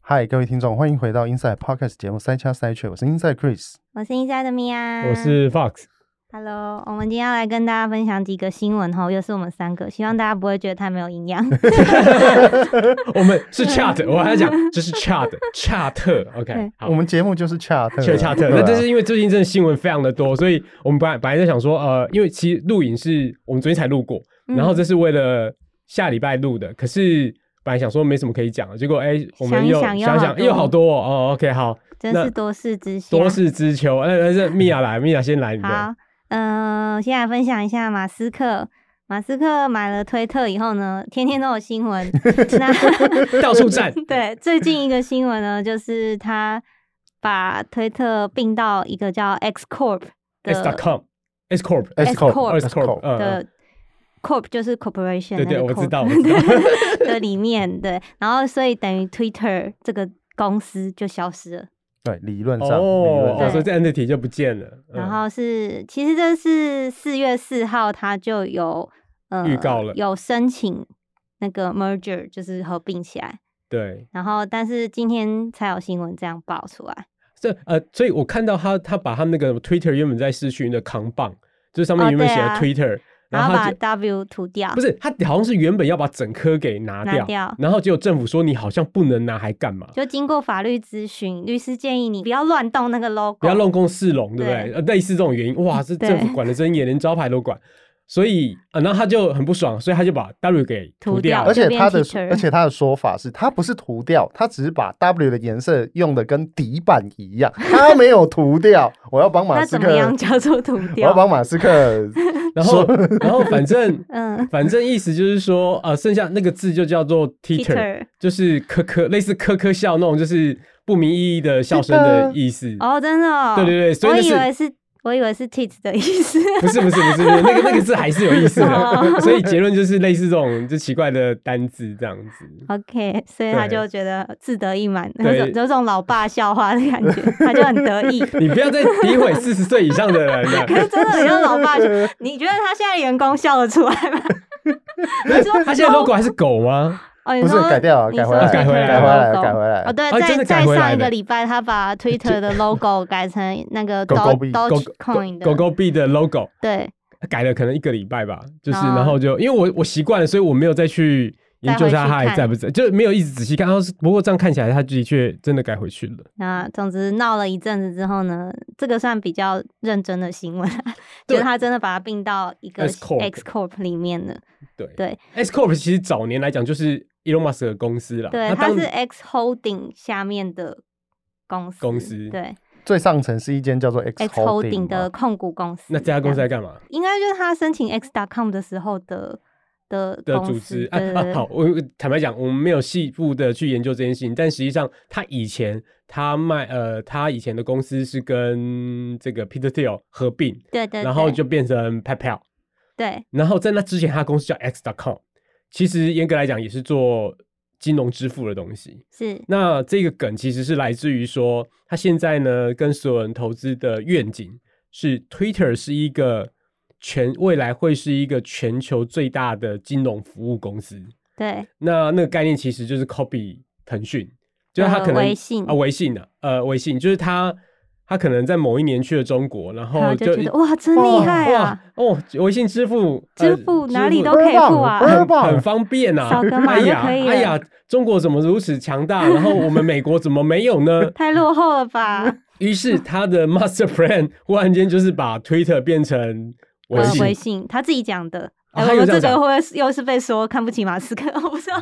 嗨，各位听众，欢迎回到 Inside Podcast 节目《塞掐塞缺》，我是 Inside Chris。我是 Inside 的 Mia，我是 Fox， Hello。我们今天要来跟大家分享几个新闻哈，又是我们三个，希望大家不会觉得太没有营养。我们是 chat，我还要讲这是 chat chat 特 OK，对好，我们节目就是恰特，确恰特。对那啊这是因为最近真的新闻非常的多，所以我们本来本来在想说，呃，因为其实录影是我们昨天才录过，嗯 然后这是为了下礼拜录的，可是本来想说没什么可以讲的，结果哎、我们想一又想又想好想又好多哦哦，OK，好，嗯真那是多事之下。多事之秋，呃那那是米娅来，米娅先来你的好，嗯、先来分享一下马斯克。马斯克买了推特以后呢，天天都有新 闻。那 到处站，对最近一个新闻呢，就是他把推特并到一个叫 X Corp 的，S dot com S corp S Corp S corp，嗯嗯的 Corp 就是 corporation 对对那个我知 corp 道我知道 的里面对，然后所以等于 Twitter 这个公司就消失了。对，理论上，理哦论哦，上所以这 entity 就不见了，嗯然后是，其实这是四月四号，他就有呃预告了有申请那个 merger，就是合并起来。对。然后，但是今天才有新闻这样爆出来。这呃，所以我看到他他把他们那个什么 Twitter 原本在市区的扛棒，就是上面哦原本写对的啊 Twitter，、然后后他把就 W 涂掉，不是他好像是原本要把整颗给拿拿掉，掉然后结果政府说你好像不能拿，还干嘛？就经过法律咨询，律师建议你不要乱动那个 logo，不要弄公四龙，对不对？哦对呃，类似这种原因，哇，这对政府管的真严，连招牌都管。所以啊、然后他就很不爽，所以他就把 W 给涂涂掉掉。而且他的就变 teacher，而且他的说法是，他不是涂掉，他只是把 W 的颜色用的跟底板一样，他没有涂掉。我要帮马那斯怎克，么样叫做涂我要掉？帮马斯克，然后，然后反正嗯反正意思就是说，呃，剩下那个字就叫做 teacher， ，Peter，就是咳咳，类似咳咳笑那种，就是不明意义的笑声的意思。哦，真的哦，对对对所以我那以是为是，我以为是 tit 的意思，不是不是不是，不是那个那个字还是有意思哦的。 所以结论就是类似这种就奇怪的单字这样子。 OK，所以他对就觉得自得意满，有对种 有种老爸笑话的感觉，他就很得意。你不要再诋毁四十岁以上的人了可。是真的很像老爸笑，你觉得他现在员工笑得出来吗？ 你说他现在 logo 还是狗吗？哦，你不是说改掉了你改回说来改回 Twitter 的来 logo 改回来哦，对，哎真在的在改回来上一了个礼拜，他 把 Twitter 的 logo 改成那个狗狗 Doge 币 Dogecoin 哦狗的，狗币的 logo 对，改了可能一个礼拜吧，就是哦然后就因为我我习惯了，所以我没有再去研究一下再回去它还看在不在，就没有一直仔细看。然后是不过这样看起来，它的确真的改回去了。那总之闹了一阵子之后呢，这个算比较认真的新闻，就对是他真的把它并到一个 S corp X Corp 里面了。对对，S Corp 其实早年来讲就是 Elon Musk 的公司啦，对，它当是 X Holding 下面的公司。公司对最上层是一间叫做 X X Holding 嘛的控股公司。那这家公司这在样干嘛？应该就是他申请 X.com 的时候的的的公组司织啊对对啊，对好，我坦白讲，我们没有细部的去研究这件事情，但实际上他以前他卖呃，他以前的公司是跟这个 Peter Thiel 合并，对对，然后对就变成 PayPal，对然后在那之前他的公司叫 X.com，其实严格来讲也是做金融支付的东西，是那这个梗其实是来自于说，他现在呢跟所有人投资的愿景是，Twitter 是一个全未来会是一个全球最大的金融服务公司。对那那个概念其实就是 copy 腾讯，就是他呃可能、微信啊微信的、呃微信，就是他他可能在某一年去了中国，然然后后就就觉得哇，真厉害哇啊！哇哦，微信支付呃支付哪里支付都可以付啊不是很吧很方便啊！扫个码哎就呀，可以了？哎呀，中国怎么如此强大？然后我们美国怎么没有呢太落后了吧？于是他的 master plan 忽然间就是把 Twitter 变成微呃信，微信，他自己讲的。哎啊他我有们这这个样讲会不会是又是被说看不起马斯克？ 我不知道，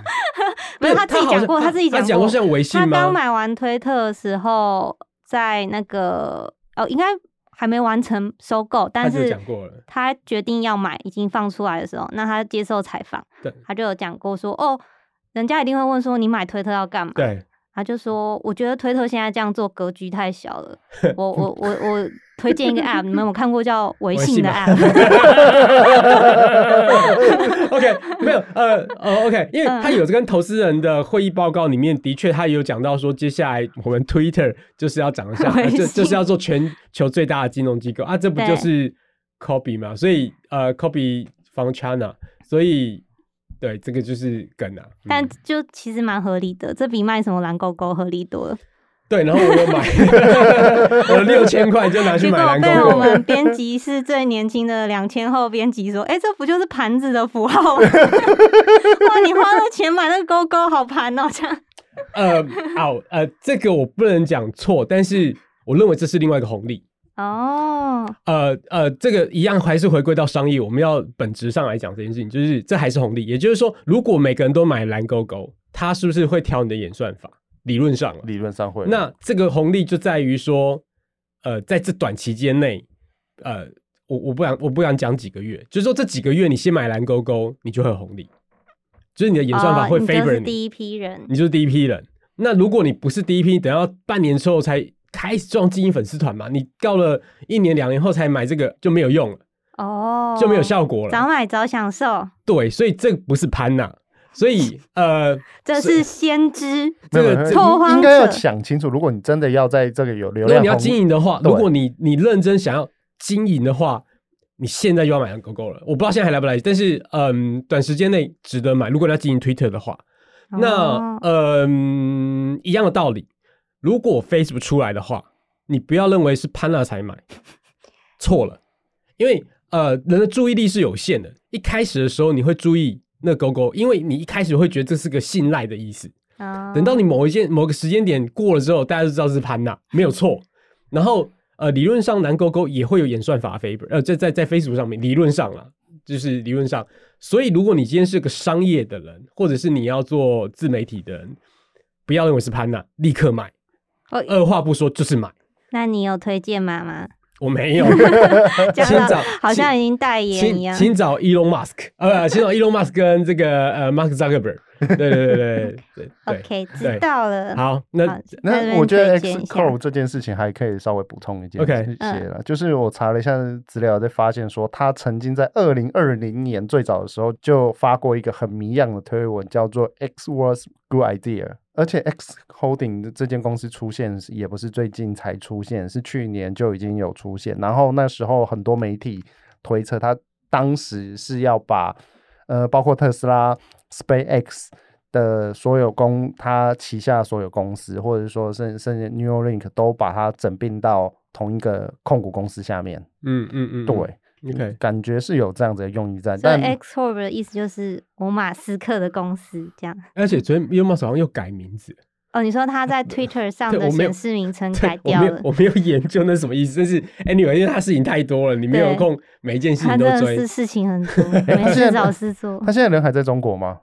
没对有他自己好像讲过，他自己他讲过像微信他刚吗？买完推特的时候，在那个哦，应该还没完成收购，但他就是讲过了，他决定要买，已经放出来的时候，那他接受采访对，他就有讲过说，哦，人家一定会问说你买推特要干嘛？对，他就说：“我觉得推特现在这样做格局太小 了，我我我我推荐一个 app，你们有看过叫微信的 微 app？ OK，没有，呃，哦，OK，因为嗯他有跟投资人的会议报告里面，的确他也有讲到说，接下来我们 Twitter 就是要长 相，微呃就信就是要做全球最大的金融机构啊，这不对就是 copy 嘛？所以呃，copy from China，所以对，这个就是梗啊。嗯但就其实蛮合理的，这比卖什么蓝勾勾合理多了。对，然后我有买， 我的六千块就拿去结买果蓝被勾我勾。 们编辑是最年轻的两千后编辑说：“哎、这不就是盘子的符号吗？ 哇，你花了钱买那个勾勾，好盘哦！”这样呃，哦，呃，这个我不能讲错，但是我认为这是另外一个红利。哦，呃呃，这个一样还是回归到商业，我们要本质上来讲这件事情，就是这还是红利。也就是说，如果每个人都买蓝勾勾，它是不是会调你的演算法？理论上啊，理论上会。那这个红利就在于说，呃，在这短期间内，呃，我我不想我不想讲几个月，就是说这几个月你先买蓝勾勾，你就会有红利，就是你 的演算法哦会你就 favor 是你，嗯第一批人你就是第一批人。那如果你不是第一批，等到半年之后才开始装经营粉丝团嘛，你到了一年两年后才买这个就没有用了，哦，就没有效果早了。买早享受，对，所以这不是潘娜，所以呃，这是先知。没有这个没有这拓荒应该要者想清楚，如果你真的要在这个有流如果量，你要经营的话，对如果你你认真想要经营的话，你现在就要买狗狗了。我不知道现在还来不来得及，但是嗯，短时间内值得买。如果你要经营 Twitter 的话， 那哦嗯，一样的道理，如果 Facebook 出来的话，你不要认为是潘娜才买，错了，因为呃，人的注意力是有限的。一开始的时候，你会注意那狗狗，因为你一开始会觉得这是个信赖的意思。哦呃等到你某一件某个时间点过了之后，大家就知道是潘娜，没有错。然后呃，理论上蓝勾勾也会有演算法 favor，呃，在在在 Facebook 上面理论上啦，就是理论上。所以如果你今天是个商业的人，或者是你要做自媒体的人，不要认为是潘娜，立刻买，哦二话不说就是买。那你有推荐妈妈？我 没有，讲请到找好像已经代言一请样。请找 Elon Musk，呃，请找 Elon Musk 跟这个呃 Mark Zuckerberg，对对对对 对对 OK，知对道了。好，那好，这那边我觉得 X 推荐一下嗯 Core 这件事情还可以稍微补充一件 OK 事些了就是我查了一下资料，才发现说他曾经在二零二零年最早的时候就发过一个很迷样的推文，叫做 X was good idea。而且 X Holding 这间公司出现是也不是最近才出现，是去年就已经有出现。然后那时候很多媒体推测，他当时是要把呃，包括特斯拉、SpaceX 的所有公，它旗下所有公司，或者说甚甚至 Neuralink 都把它整并到同一个控股公司下面。嗯嗯嗯，嗯对、 ，OK。感觉是有这样子的用意在，所以哎但 X Corp 的意思就是我马斯克的公司这样。而且昨天 Elon Musk 好像又改名字，哦，你说 他在 Twitter 上对的我没有显示名称 对嗯改我掉没了有，我没有研究那是什么意思，但是 anyway，因为他事情太多了，你没有对空每一件事他情真都的追是。事情很多，没 他现事在找事做他。现在人还在中国吗？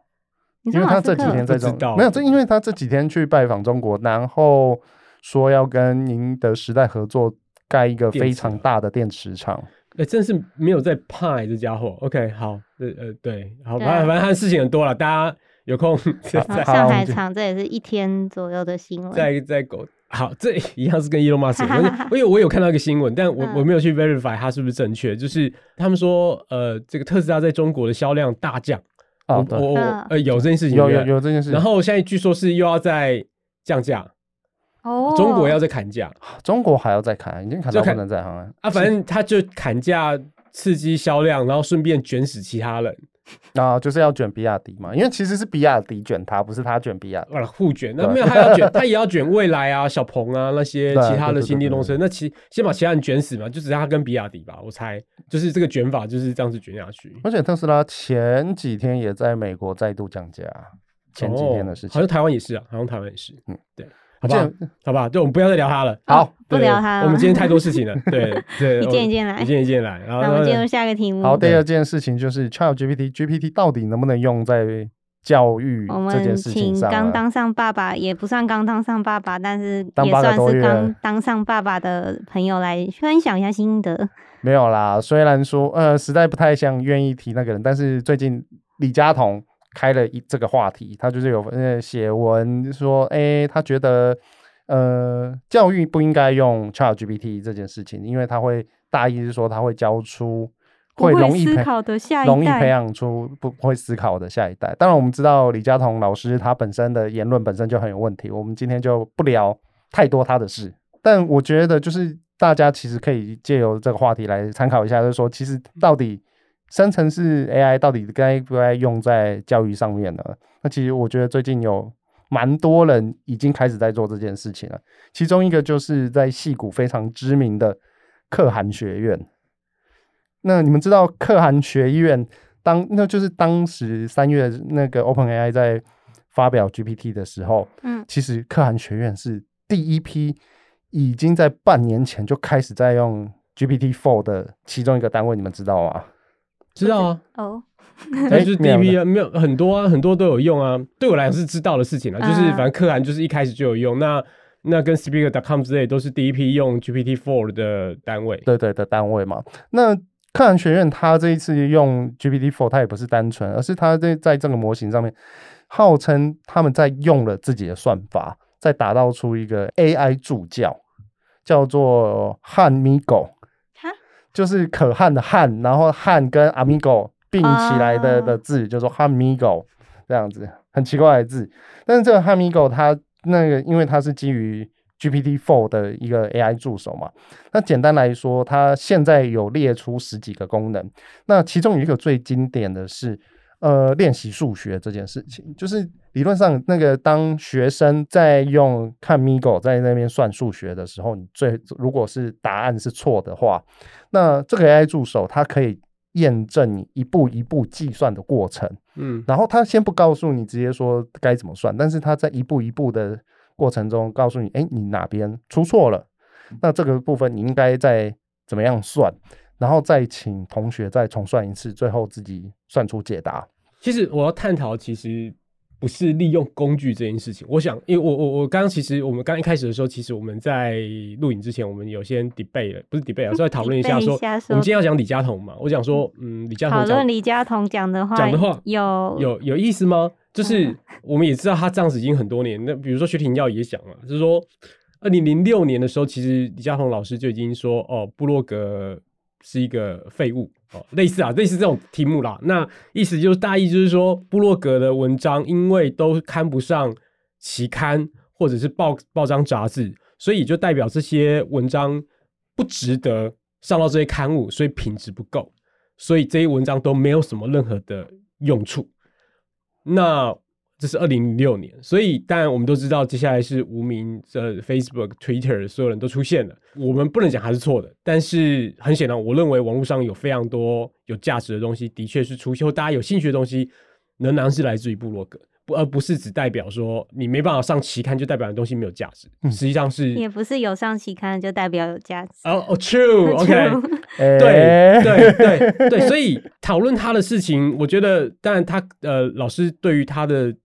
你因说为马他这斯几天在克？不知中道没有，这因为他这几天去拜访中国，然后说要跟宁德时代合作盖一个电非池常啊大的电池厂。哎，真是没有在怕欸这家伙。OK，好，呃呃，对，好，对反正反正他的事情很多了，大家有空 再然后他再呃上好海像就场这也是一天左右的新闻。再再狗。好，这一样是跟 Elon Musk 有关 因为因为我有看到一个新闻，但我嗯我没有去 verify 它是不是正确，就是他们说，呃，这个特斯拉在中国的销量大降。哦，我对，我我嗯呃有这件事情，有对不有对有这件事。然后现在据说是又要再降价，哦，中国要再砍价。中国还要再砍，已经砍就到不砍能再砍了啊，反正他就砍价刺激销量，然后顺便卷死其他人，啊，就是要卷比亚迪嘛，因为其实是比亚迪卷他，不是他卷比亚迪。完了互卷。那对没有，他要卷，他 也要卷蔚来啊、小鹏啊那些对其他对的对新对电对动车。那其先把其他人卷死嘛，就只是他跟比亚迪吧，我猜就是这个卷法就是这样子卷下去。而且特斯拉前几天也在美国再度降价，前几天的事哦好情。像台湾也是啊，好像台湾也是。嗯嗯，对，好吧，好吧，对，我们不要再聊他了。好，哦不对聊他了我们今天太多事情了。对对， 一我件一件来一件一件来。然后那我们进入下一个题目。好，第二件事情就是 Chat GPT，GPT 到底能不能用在教育我这们件事情请上刚啊？当上爸爸，也不算刚当上爸爸，但是当也八个算多是月刚当上爸爸的朋友来分享一下心得。没有啦，虽然说呃，实在不太想愿意提那个人，但是最近李佳彤开了一这个话题，他就是有呃写文说，诶，他觉得呃教育不应该用 Chat GPT 这件事情，因为他会大意是说他会教出不会容易思培考的下一容易代培养出不不会思考的下一代。当然，我们知道李佳彤老师他本身的言论本身就很有问题，我们今天就不聊太多他的事。但我觉得就是大家其实可以借由这个话题来参考一下，就是说其实到底生成式 AI 到底该不该用在教育上面呢？那其实我觉得最近有蛮多人已经开始在做这件事情了。其中一个就是在戏谷非常知名的可汗学院。那你们知道可汗学院当那就是当时三月那个 OpenAI 在发表 GPT 的时候，嗯，其实可汗学院是第一批已经在半年前就开始在用 GPT Four 的其中一个单位，你们知道吗？知道啊，哦， 但就是没有 DP 啊，没有很多啊，很多都有用啊。对我来讲是知道的事情了，就是嗯反正可汗就是一开始就有用。那那跟 Speaker.com 之类都是第一批用 GPT-4 的单位。对对的单位嘛。那克兰学院它这一次用 GPT Four，它也不是单纯，而是它在在这个模型上面，号称他们在用了自己的算法，再打造出一个 AI 助教，叫做汉米狗哈，就是可汗的汗，然后汗跟 amigo 并起来的、啊的字，就说汉米狗这样子，很奇怪的字。但是这个汉米狗它那个，因为它是基于 GPT Four 的一个 AI 助手嘛，那简单来说，它现在有列出十几个功能，那其中有一个最经典的是，呃，练习数学这件事情，就是理论上那个当学生在用看 Migo 在那边算数学的时候，你最如果是答案是错的话，那这个 AI 助手它可以验证你一步一步计算的过程。嗯，然后他先不告诉你直接说该怎么算，但是他在一步一步的过程中告诉你，哎，你哪边出错了，那这个部分你应该再怎么样算，然后再请同学再重算一次，最后自己算出解答。其实我要探讨，其实不是利用工具这件事情。我想，因为我我我刚刚其实我们刚一开始的时候，其实我们在录影之前，我们有先 debate 了，不是 debate 啊，是在讨论一下 debate 说，一下我说们今天要讲李佳彤嘛。我讲说，嗯，李佳讨彤论讲李佳彤讲的话，讲的话有有有意思吗？就是我们也知道他这样子已经很多年。那比如说薛廷耀也讲了，就是说，二零零六年的时候，其实李佳彤老师就已经说，哦，布洛格是一个废物，哦，类似啊，类似这种题目啦。那意思就是大意就是说，布洛格的文章因为都看不上期刊或者是报报章杂志，所以就代表这些文章不值得上到这些刊物，所以品质不够。所以这些文章都没有什么任何的用处。那这是二零零六年，所以当然我们都知道，接下来是无名呃 Facebook、Twitter 所有人都出现了。我们不能讲它是错的，但是很显然，我认为网络上有非常多有价值的东西，的确是出现或大家有兴趣的东西，仍然是来自于部落格。不，而不是只代表说你没办法上期刊，就代表你东西没有价值。嗯实际上是也不是有上期刊就代表有价值。哦哦，true，OK，、 诶哎对对对对，所以讨论他的事情，我觉得，当然他呃，老师对于他的，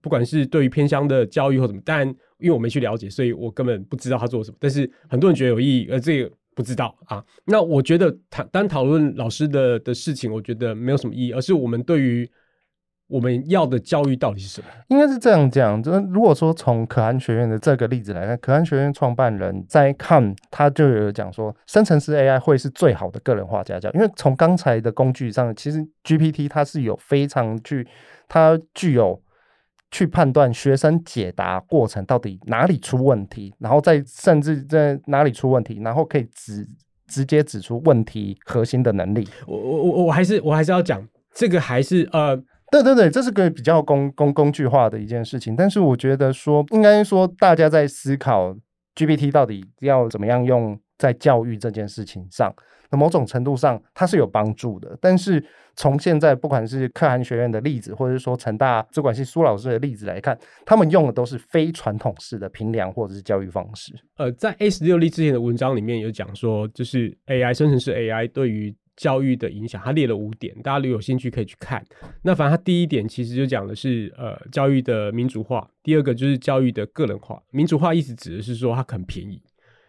不管是对于偏乡的教育或怎么，当然因为我没去了解，所以我根本不知道他做了什么。但是很多人觉得有意义，呃，这个不知道啊。那我觉得谈单讨论老师的的事情，我觉得没有什么意义，而是我们对于我们要的教育到底是什么？ 应该是这样讲，就是如果说从可汗学院的这个例子来看，可汗学院创办人在看他就有讲说，生成式 AI 会是最好的个人化家教，因为从刚才的工具上，其实 GPT 它是有非常具，它具有去判断学生解答过程到底哪里出问题，然后再甚至在哪里出问题，然后可以指直接指出问题核心的能力。我我我我还是我还是要讲这个，还是呃，对对对，这是个比较工工工具化的一件事情，但是我觉得说，应该说大家在思考 GPT 到底要怎么样用在教育这件事情上，那某种程度上它是有帮助的。但是从现在不管是可汗学院的例子，或者是说成大资管系苏老师的例子来看，他们用的都是非传统式的评量或者是教育方式。呃，在 A 十六例之前的文章里面有讲说，就是 AI 生成式 AI 对于教育的影响，它列了五点，大家如果有兴趣可以去看。那反正它第一点其实就讲的是呃教育的民主化，第二个就是教育的个人化。民主化意思指的是说它很便宜，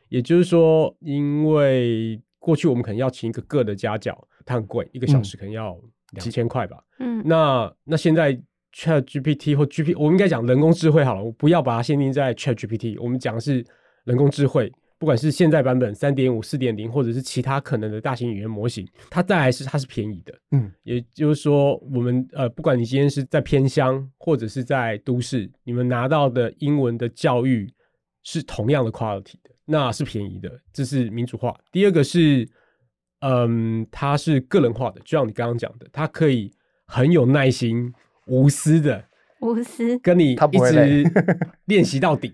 也就是说，因为过去我们可能要请一个个的家教，它很贵，一个小时可能要两千块吧。嗯，那那现在 Chat GPT 或 G P，我们应该讲人工智慧好了，我不要把它限定在 Chat GPT，我们讲的是人工智慧，不管是现在版本三点五、四点零，或者是其他可能的大型语言模型，它带来是它是便宜的，嗯，也就是说，我们呃，不管你今天是在偏乡或者是在都市，你们拿到的英文的教育是同样的 quality 的，那是便宜的，这是民主化。第二个是嗯，它是个人化的，就像你刚刚讲的，它可以很有耐心、无私的无私，跟你它不一会累直 练习到底。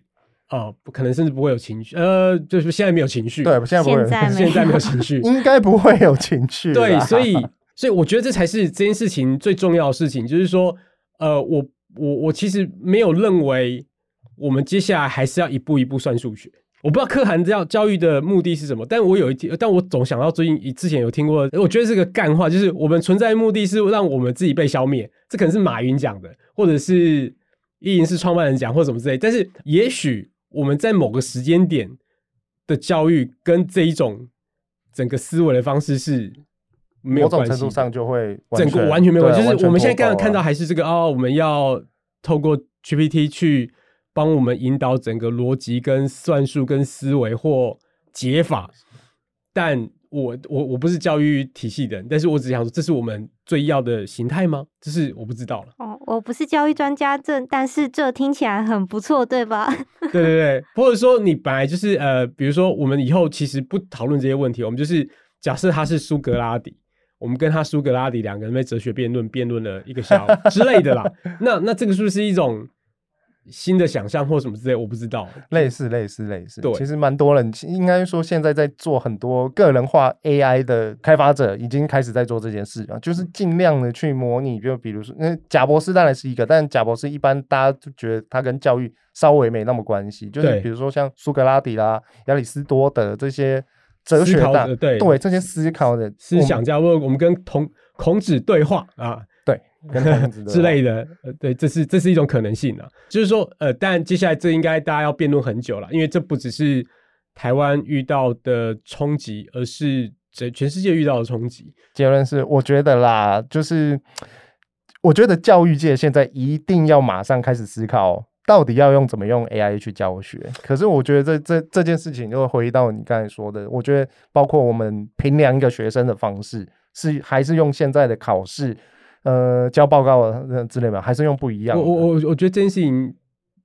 哦，不可能甚至不会有情绪，呃，就是现在没有情绪，对，现在不会现在有，，没有现在没有情绪 应该不会有情绪啦。对，所以所以我觉得这才是这件事情最重要的事情，就是说，呃，我我我其实没有认为我们接下来还是要一步一步算数学。我不知道可汗教教育的目的是什么，但我有一天，但我总想到最近之前有听过，我觉得是个干话，就是我们存在的目的是让我们自己被消灭，这可能是马云讲的，或者是伊林是创办人讲，或什么之类。但是也许我们在某个时间点的教育跟这一种整个思维的方式是没有某种关系程的，度上就会整个完全没有啊关关系。就是我们现在刚刚刚看到还是这个哦，我们要透过 GPT 去帮我们引导整个逻辑、跟算术、跟思维或解法。但我我我不是教育体系的人，但是我只想说，这是我们最要的形态吗？这是我不知道了。哦，我不是教育专家证，但是这听起来很不错，对吧？对对对，或者说你本来就是呃，比如说我们以后其实不讨论这些问题，我们就是假设他是苏格拉底，我们跟他苏格拉底两个人在哲学辩论辩论了一个下午之类 的啦。那那这个是不是一种新的想象或什么之类？我不知道。类似类似类似，嗯对其实蛮多人，应该说现在在做很多个人化 AI 的开发者已经开始在做这件事了，就是嗯尽量的去模拟，就比如说，那贾博士当然是一个，但贾博士一般大家就觉得他跟教育稍微没那么关系，就是对比如说像苏格拉底啦、亚里士多德这些哲学思考大者对对这些思考的思想家，或者我们跟同孔子对话啊， 跟孔子之类的的，呃，对，这是这是一种可能性啊。就是说，呃，但接下来这应该大家要辩论很久了，因为这不只是台湾遇到的冲击，而是整全世界遇到的冲击。结论是，我觉得啦，就是我觉得教育界现在一定要马上开始思考，到底要用怎么用 AI 去教学。可是我觉得这这这件事情，又回到你刚才说的，我觉得包括我们评量一个学生的方式，是还是用现在的考试，呃，交报告呃之类的，还是用不一样我的。我我我觉得这件事情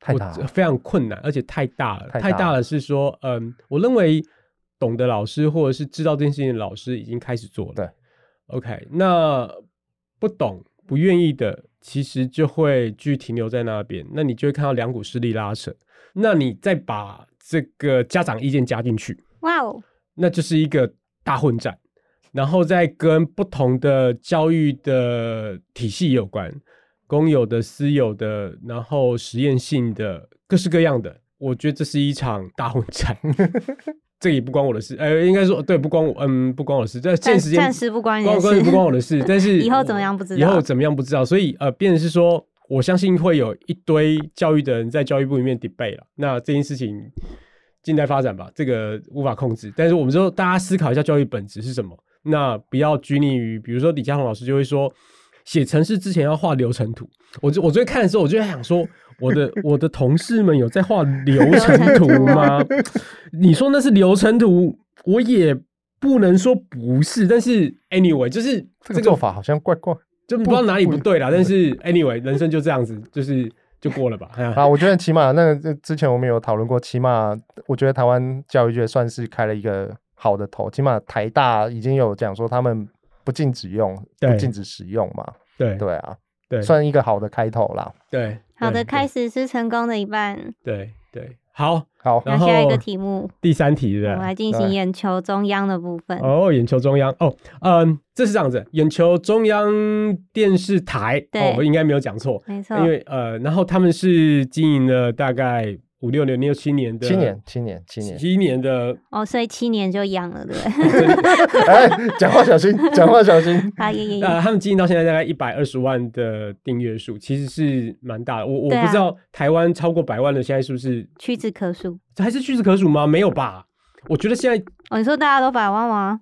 太我大了非常困难，而且太大了，太太大大了了是说，嗯，我认为懂的老师或者是知道这件事情的老师已经开始做了。对，OK，那不懂不愿意的，其实就会继续停留在那边，那你就会看到两股势力拉扯，那你再把这个家长意见加进去，哇哦，那就是一个大混战，然后再跟不同的教育的体系有关，公有的、私有的，然后实验性的，各式各样的。我觉得这是一场大混战， 这也不关我的事。呃，应该说对，不关我，嗯，不关我的事。在现暂时间暂时不关你的关关事不关我 的事，但是 以后怎么样不知道以后怎么样不知道，所以呃，变成是说，我相信会有一堆教育的人在教育部里面 debate 了。那这件事情静待发展吧，这个无法控制。但是我们说，大家思考一下教育本质是什么，那不要拘泥于，比如说李嘉宏老师就会说，写程式之前要画流程图。我就我昨天看的时候，我就在想说。我的我的同事们有在画流程图吗？啊你说那是流程图，我也不能说不是，但是 anyway，就是这个做法好像怪怪就不知道哪里不不对啦。但是 anyway，人生就这样子，就是就过了吧。哎呀啊！我觉得起码那个之前我们有讨论过，起码我觉得台湾教育界算是开了一个好的头，起码台大已经有讲说他们不禁止用，不对禁止使用嘛，对对啊，对算一个好的开头啦。对，好对的开始是成功的一半。对对好，好，那然后下一个题目，第三题我对不对啊们来进行对眼球中央的部分。哦，眼球中央哦，嗯，这是这样子，眼球中央电视台，哦对，我应该没有讲错，没错，因为呃，然后他们是经营了大概五六年、六七年的七年，七年，七年，七年的哦，所以七年就养了，对不对？ 哎，讲话小心，讲话小 心。啊耶耶呃，耶！他们经营到现在大概一百二十万的订阅数，其实是蛮大的。我我对啊不知道台湾超过百万的现在是不是屈指可数。还是屈指可数吗？没有吧？我觉得现在哦，你说大家都百万吗？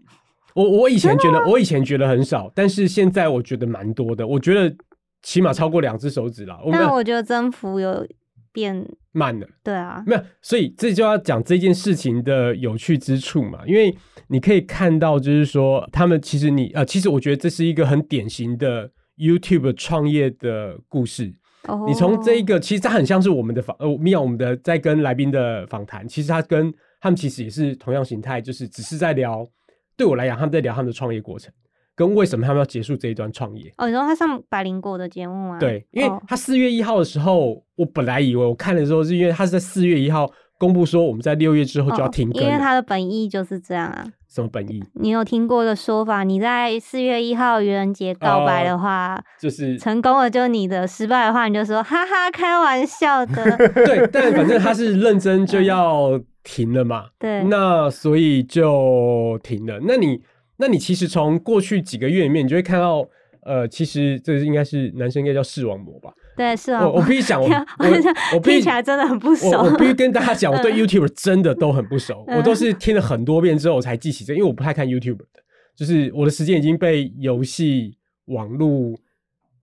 我我以前觉得我以前觉得很少，但是现在我觉得蛮多的。我觉得起码超过两只手指啦。我但们我觉得增幅有变，慢了。对啊，没有，所以这就要讲这件事情的有趣之处嘛，因为你可以看到，就是说他们其实你呃，其实我觉得这是一个很典型的 YouTube 创业的故事。哦，你从这一个，其实它很像是我们的访呃，米娅我们的在跟来宾的访谈，其实它跟他们其实也是同样形态，就是只是在聊对我来讲，他们在聊他们的创业过程，跟为什么他们要结束这一段创业。哦，你说他上百灵果的节目吗？对，因为哦他四月一号的时候，我本来以为我看的时候是因为他是在四月一号公布说我们在六月之后就要哦停更因为了，他的本意就是这样啊。什么本意你有听过的说法？你在四月一号愚人节告白的话， 就是成功了就是你的，失败的话你就说哈哈，开玩笑 的。对，但反正他是认真嗯就要停了嘛，对，那所以就停了。那你，那你其实从过去几个月里面，你就会看到，呃，其实这应该是男生应该叫视网膜吧？对，是啊，我我必 须讲，我我我必须听起来真的很不熟我。我必须跟大家讲，我对 YouTube 真的都很不熟，嗯我都是听了很多遍之后我才记起这，因为我不太看 YouTube 的，就是我的时间已经被游戏、网络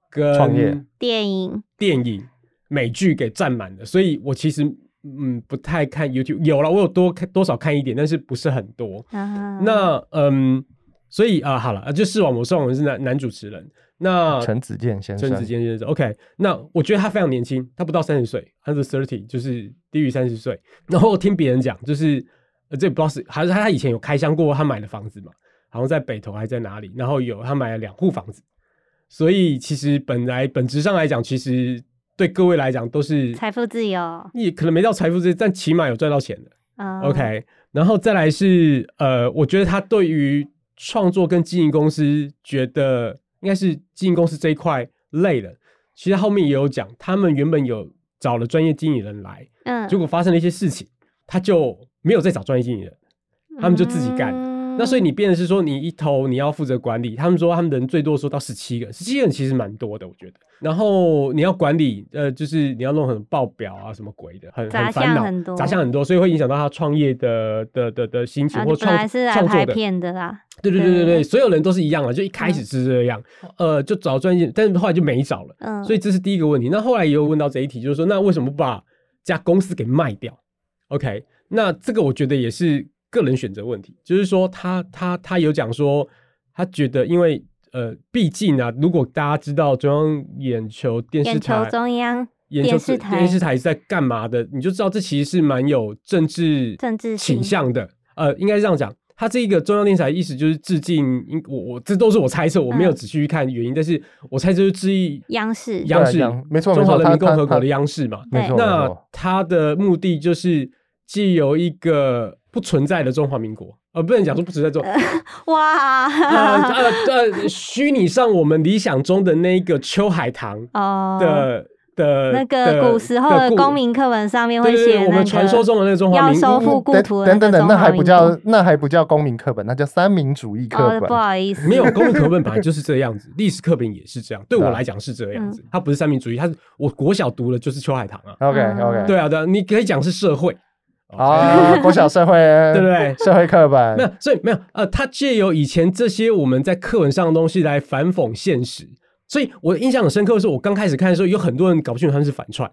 跟创业 电影电影、美剧给占满了，所以我其实嗯不太看 YouTube。有了，我有多看多少看一点，但是不是很多。啊，那嗯，所以啊、好了，呃就视网膜，视网膜是男男主持人。那陈子健先生，啊陈子健先生，OK，那我觉得他非常年轻，他不到三十岁，under thirty，就是低于三十岁。然后我听别人讲，就是呃，这不知道是还是他以前有开箱过他买的房子嘛，好像在北投还在哪里，然后有他买了两户房子，所以其实本来本质上来讲，其实对各位来讲都是财富自由。你可能没到财富自由，但起码有赚到钱的。啊 OK，然后再来是呃，我觉得他对于创作跟经营公司，觉得应该是经营公司这一块累了。其实他后面也有讲，他们原本有找了专业经理人来，嗯，结果发生了一些事情，他就没有再找专业经理人。他们就自己干嗯那所以你变的是说，你一头你要负责管理，他们说他们人最多说到十七个人，十七个人其实蛮多的，我觉得。然后你要管理，呃，就是你要弄很报表啊，什么鬼的，很杂很烦项恼很，多杂项很多，所以会影响到他创业的的的的心情啊，或就本来创是来创作拍的。片嗯的啦。对对对对对对，所有人都是一样啊，就一开始是这样，呃，就找专业，但是后来就没找了，嗯，所以这是第一个问题。那后来也有问到这一题，就是说，那为什么不把家公司给卖掉？OK，那这个我觉得也是个人选择问题，就是说他他他有讲说，他觉得因为呃，毕竟啊，如果大家知道中央眼球电视眼球台。中央眼球电视台电视台是在干嘛的，你就知道这其实是蛮有政治政治倾性向的。呃，应该是这样讲，它这个中央电视台意思就是致敬，应我我这都是我猜测，我没有嗯仔细去看原因，但是我猜就是致意央视对央视央没错中没华错人民他共他和国的央视嘛。没对错，没那错它的目的就是既有一个不存在的中华民国，呃，不能讲说不存 在中， 哇，呃呃呃，虚拟上我们理想中的那个秋海棠 哦，的的那个古时候的故公民课本上面会对对写对那个我们传说中的那个中华要民收复国，故等土的等等个等，中那华还不民叫国那还不叫公民课本，那叫三民主义课哦，不本。好意思，没有公民课 本本来就是这样子，历史课本也是这样，对我对啊来讲是这嗯样子，它不是三民主义，它是我国小读的就是秋海棠啊， OK OK，嗯对啊对啊，你可以讲是社会，啊，国小社会， 对啊不对？社会课本没有，所以没有，呃，他借由以前这些我们在课文上的东西来反讽现实，所以我印象很深刻的是，我刚开始看的时候，有很多人搞不清楚他们是反串，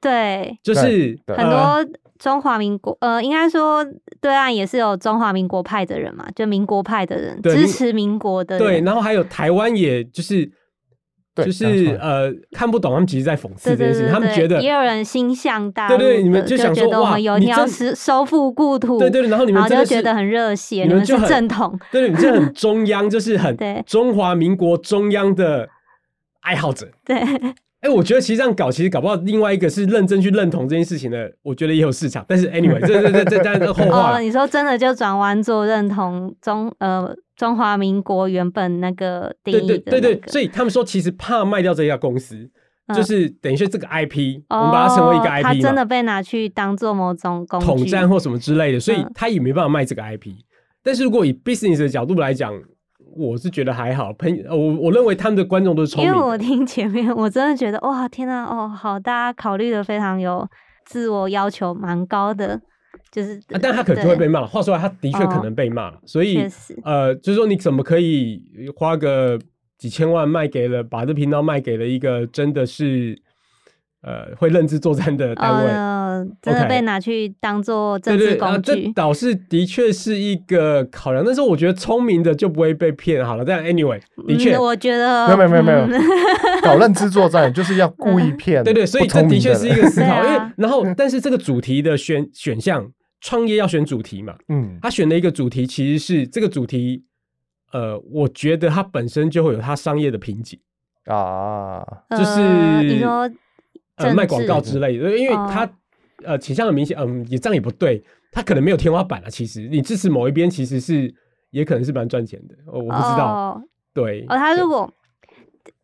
对，就是对对很呃多中华民国，呃，应该说对岸也是有中华民国派的人嘛，就民国派的人对支民持民国的对，人，然后还有台湾，也就是对就是讲错呃看不懂，他们其实在讽刺对这件对事对情，对，他们觉得也有人心向大对对陆你们的就就想觉说得我哇们有一你天要真收收复故土，对对，然后你们然后真就的是觉得很热血，你你们们就是很正统，对，你这很中央，就是 很对中华民国中央的爱好者。对， 哎、我觉得其实这样搞，其实搞不好另外一个是认真去认同这件事情的，我觉得也有市场。但是 anyway，这这这这当然是后话哦，了。你说真的就转弯做认同中呃中华民国原本那个定对义的、对那个，对对，所以他们说其实怕卖掉这家公司，嗯就是等于是这个 IP，、哦我们把它成为一个它 IP 真嘛的，被拿去当做某种工具统战或什么之类的，所以嗯他也没办法卖这个 IP。但是如果以 business 的角度来讲，我是觉得还好。朋友，呃我我认为他们的观众都是聪因明为的。我听前面，我真的觉得哇，天呐、哦，好，大家考虑的非常有自我要求，蛮高的，就是，啊，但他可能就会被骂了。话说来，他的确可哦能被骂了，所对以确实，呃，就是说你怎么可以花个几千万卖给了把这频道卖给了一个真的是呃会认知作战的单位？呃，真的 OK 被拿去当做政对治对，啊，工这具，倒是的确是一个考量，但是我觉得聪明的就不会被骗。好了，但 anyway，的确嗯，，我觉得没有没有没有没有嗯 搞认知作战，就是要故意骗。对对，所以不这聪的明确人是一个思对考，因为啊然后但是这个主题的选选项创业要选主题嘛，嗯他选的一个主题其实是这个主题，呃，我觉得它本身就会有它商业的瓶颈，啊，就是、呃你说呃政卖广治告之类的，因为哦它、呃倾向很明显，嗯，也这样也不对，它可能没有天花板啊。其实你支持某一边，其实是也可能是蛮赚钱的，哦，我不知道，哦对，哦，他对如果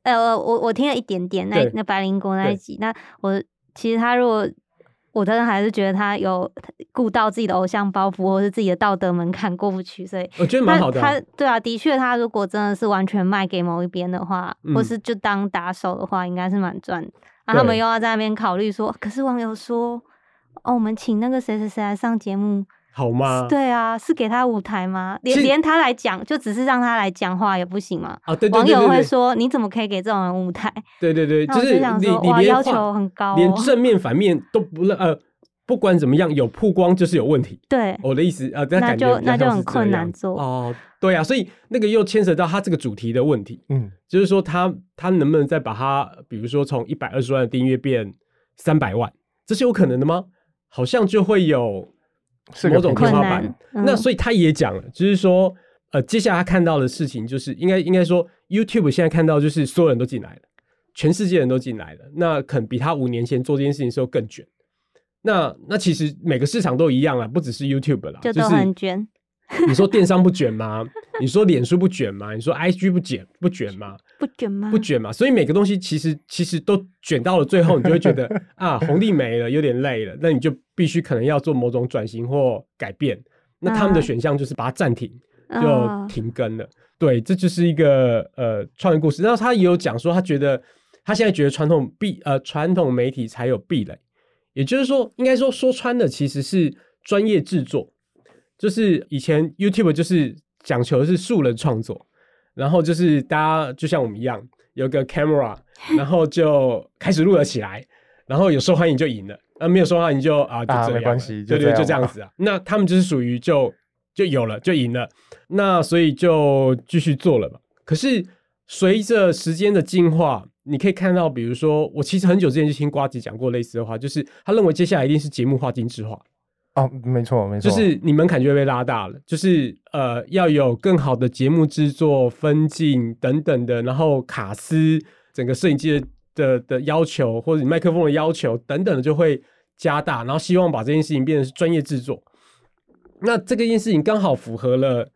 呃，我我听了一点点那对那白灵国那对一集，那我其实他如果我真的还是觉得他有顾到自己的偶像包袱或是自己的道德门槛过不去，所以我觉得蛮他好的啊、他对啊，的确，他如果真的是完全卖给某一边的话，或嗯是就当打手的话，应该是蛮赚的。啊，他们对又要在那边考虑说，可是网友说，哦，我们请那个谁谁谁来上节目，好吗？对啊，是给他舞台吗？连其实连他来讲，就只是让他来讲话也不行吗？啊，对对网对友对会对说：“你怎么可以给这种人舞台对对对，那就我是就想你说你哇连要话求很高连哦正面反面都不认呃，不管怎么样有曝光就是有问题。？”对，我的意思啊，呃但那感觉就比较那就像很是这困样难做哦。对啊，所以那个又牵扯到他这个主题的问题，嗯就是说他他能不能再把它，比如说从一百二十万的订阅变三百万，这是有可能的吗？好像就会有是个某种瓶天困花难板。。嗯那所以他也讲了，就是说，呃，接下来他看到的事情就是，应该应该说，YouTube 现在看到就是所有人都进来了，全世界人都进来了，那可能比他五年前做这件事情的时候更卷。那那其实每个市场都一样啦，啊不只是 YouTube 啦，就就都很是卷。你说电商不卷吗？你说脸书不卷吗？你说 IG 不卷不卷吗？不卷吗？不卷嘛，所以每个东西其实其实都卷到了最后，你就会觉得啊，红利没了，有点累了，那你就必须可能要做某种转型或改变。那他们的啊选项就是把它暂停，就哦停更了。对，这就是一个呃创业故事。然后他也有讲说，他觉得他现在觉得传统壁呃传统媒体才有壁垒，也就是说，应该说说穿的其实是专业制作，就是以前 YouTube 就是讲求的是素人创作，然后就是大家就像我们一样有个 camera，然后就开始录了起来，然后有受欢迎就赢了，那没有受欢迎就啊就这啊样了，没关系就对对，这样就这样吧子啊。那他们就是属于就就有了就赢了，那所以就继续做了嘛。可是随着时间的进化，你可以看到，比如说我其实很久之前就听瓜吉讲过类似的话，就是他认为接下来一定是节目化、精致化，哦，没错没错，就是你门槛就会被拉大了，就是呃要有更好的节目制作、分镜等等的，然后卡斯整个摄影机的的的要求，或者你麦克风的要求等等的就会加大，然后希望把这件事情变成是专业制作。那这个件事情刚好符合了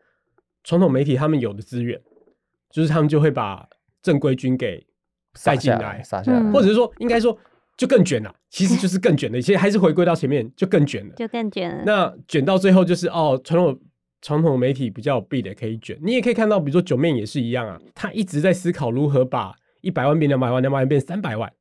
传统媒体他们有的资源，就是他们就会把正规军给撒带进下来撒下来，嗯或者是说应该说就更卷了，其实就是更卷了，其实还是回归到前面就更卷了。就更卷了。那卷到最后就是哦，传统传统媒体比较有壁垒可以卷，你也可以看到，比如说九面也是一样啊，他一直在思考如何把一百万变两百万，两百万变三百万，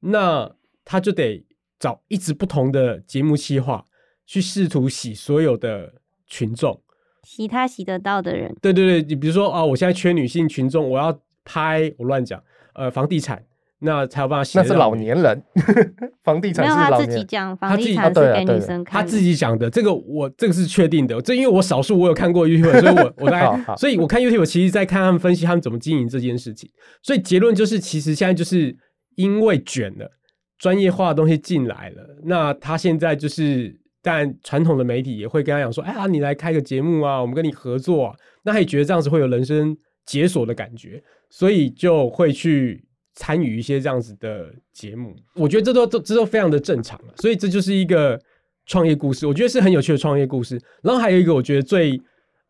那他就得找一直不同的节目企划去试图洗所有的群众。洗他洗得到的人，对对对，你比如说啊、我现在缺女性群众，我要拍我乱讲，呃，房地产，那才有办法写那得是到老你年人， 房地没产有是他老自年己人，讲，他房自地己啊产对是啊对给女啊生看他的。自己讲的，这个我这个是确定的。这因为我少数我有看过 YouTube，所以我我大 好概，好所以我看 YouTube 其实在看他们分析他们怎么经营这件事情。所以结论就是，其实现在就是因为卷了，专业化的东西进来了，那他现在就是，但传统的媒体也会跟他讲说，哎呀，你来开个节目啊，我们跟你合作、啊，那他也觉得这样子会有人生解锁的感觉，所以就会去。参与一些这样子的节目，我觉得这都都这都非常的正常啊了，所以这就是一个创业故事，我觉得是很有趣的创业故事。然后还有一个我觉得最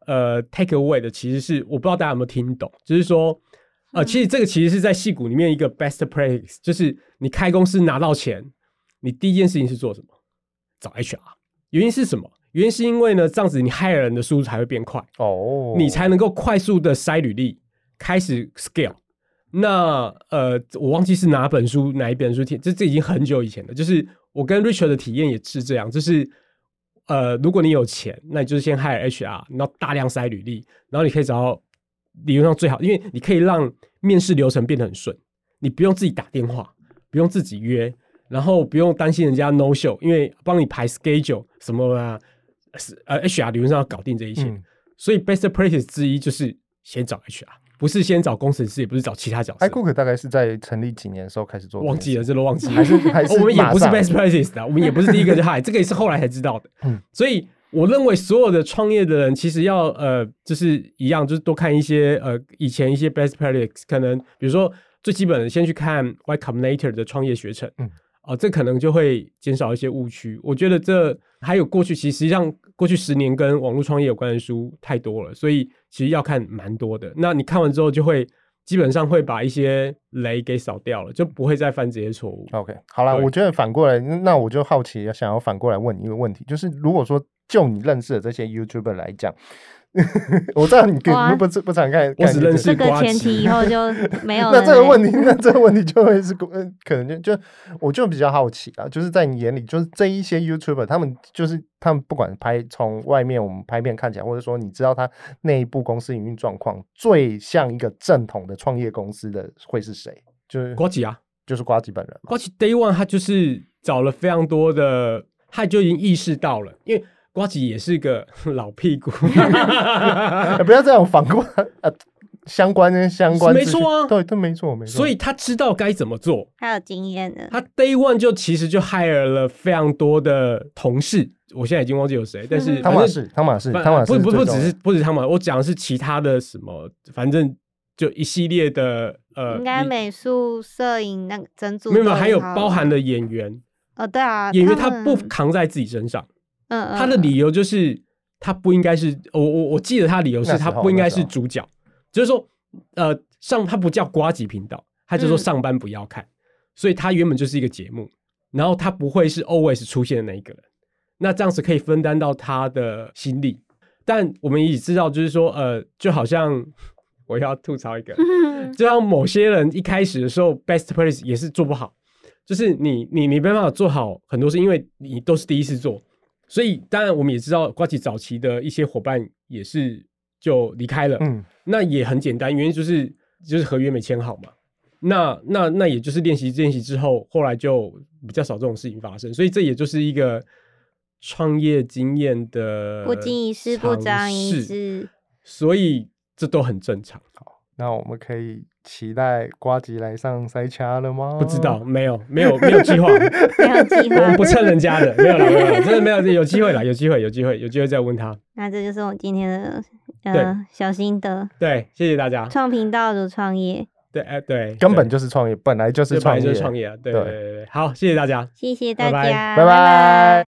呃 take away 的，其实是我不知道大家有没有听懂，就是说呃，嗯其实这个其实是在戏骨里面一个 best practice，就是你开公司拿到钱，你第一件事情是做什么？找 HR。原因是什么？原因是因为呢，这样子你 hire 人的速度才会变快。哦，你才能够快速的筛履历，开始 scale。那呃，我忘记是哪本书哪一本书提，这这已经很久以前了。就是我跟 Richard 的体验也是这样，就是呃，如果你有钱，那你就是先 hire HR，然后大量筛履历，然后你可以找到理论上最好，因为你可以让面试流程变得很顺，你不用自己打电话，不用自己约，然后不用担心人家 no show，因为帮你排 schedule 什么啊，是呃 HR 理论上要搞定这一切。嗯，所以 best practice 之一就是先找 HR，不是先找工程师，也不是找其他角色艾。库克大概是在成立几年的时候开始做这件事，忘记了，这都忘记了。还是还是 我们也马不是上 best practice 的，我们也不是第一个就 h 这个也是后来才知道的。嗯 所以我认为所有的创业的人，其实要呃，就是一样，就是多看一些呃以前一些 best practice，可能比如说最基本的，先去看 Y Combinator 的创业学程，嗯嗯，哦、这可能就会减少一些误区。我觉得这还有过去，其实实际上过去十年跟网络创业有关的书太多了，所以其实要看蛮多的。那你看完之后，就会基本上会把一些雷给扫掉了，就不会再犯这些错误。 OK，好了，对我觉得反过来，那我就好奇，想要反过来问你一个问题，就是如果说就你认识的这些 YouTuber 来讲， 我知道你根哇本不不不常看，我只看认这识个瓜前子提以后就没有了。那这个问题，那这个问题就会是呃可能就就我就比较好奇啊，就是在你眼里，就是这一些 YouTuber 他们就是他们不管拍从外面我们拍片看起来，或者说你知道他内部公司营运状况，最像一个正统的创业公司的会是谁？就是瓜吉啊，就是瓜吉本人嘛。 瓜吉 Day One 他就是找了非常多的，他就已经意识到了，因为瓜吉也是个 老屁股，呃不要这样反过来呃，相关的相关没资讯错啊对对，没错没错。所以他知道该怎么做。还有经验的，他 Day One 就其实就 hire 了非常多的同事，我现在已经忘记有谁，但是汤反马正士，汤马士，反汤马士不不不最只重是要不止他们，我讲的是其他的什么，反正就一系列的呃，应该一美术、摄影那个整组没有没有，都还有好包含了演员，哦，对啊，演员他他不们扛在自己身上。嗯嗯他的嗯理由就是他不应该是我我我记得他的理由那是时他候不应该那是时候主角，就是说呃上他不叫瓜吉频道，他就说嗯上班不要看，所以他原本就是一个节目，然后他不会是 always 出现的那一个人，那这样子可以分担到他的心力，但我们也知道就是说呃就好像 我要吐槽一个，就像某些人一开始的时候，best practice 也是做不好，就是你你你没办法做好很多事，因为你都是第一次做，所以当然我们也知道瓜吉早期的一些伙伴也是就离开了，嗯，那也很简单，原因就是就是合约没签好嘛。那那那也就是练习练习之后，后来就比较少这种事情发生，所以这也就是一个创业经验的不经一事不长一尝试智，所以这都很正常。那我们可以期待瓜吉来上塞卡了吗？不知道，没有没有没有 计划，没有计我们划不。蹭人家的，没有了，没有啦，真的没有，有机会了，有机会，有机会，有机会再问他。那这就是我今天的对呃小心得，对，谢谢大家。创频道的创业，对，哎、对，根本对就是创业，本来就是这本创来业，就是创业啊。对对对对对，好，谢谢大家。谢谢大拜拜家，拜拜。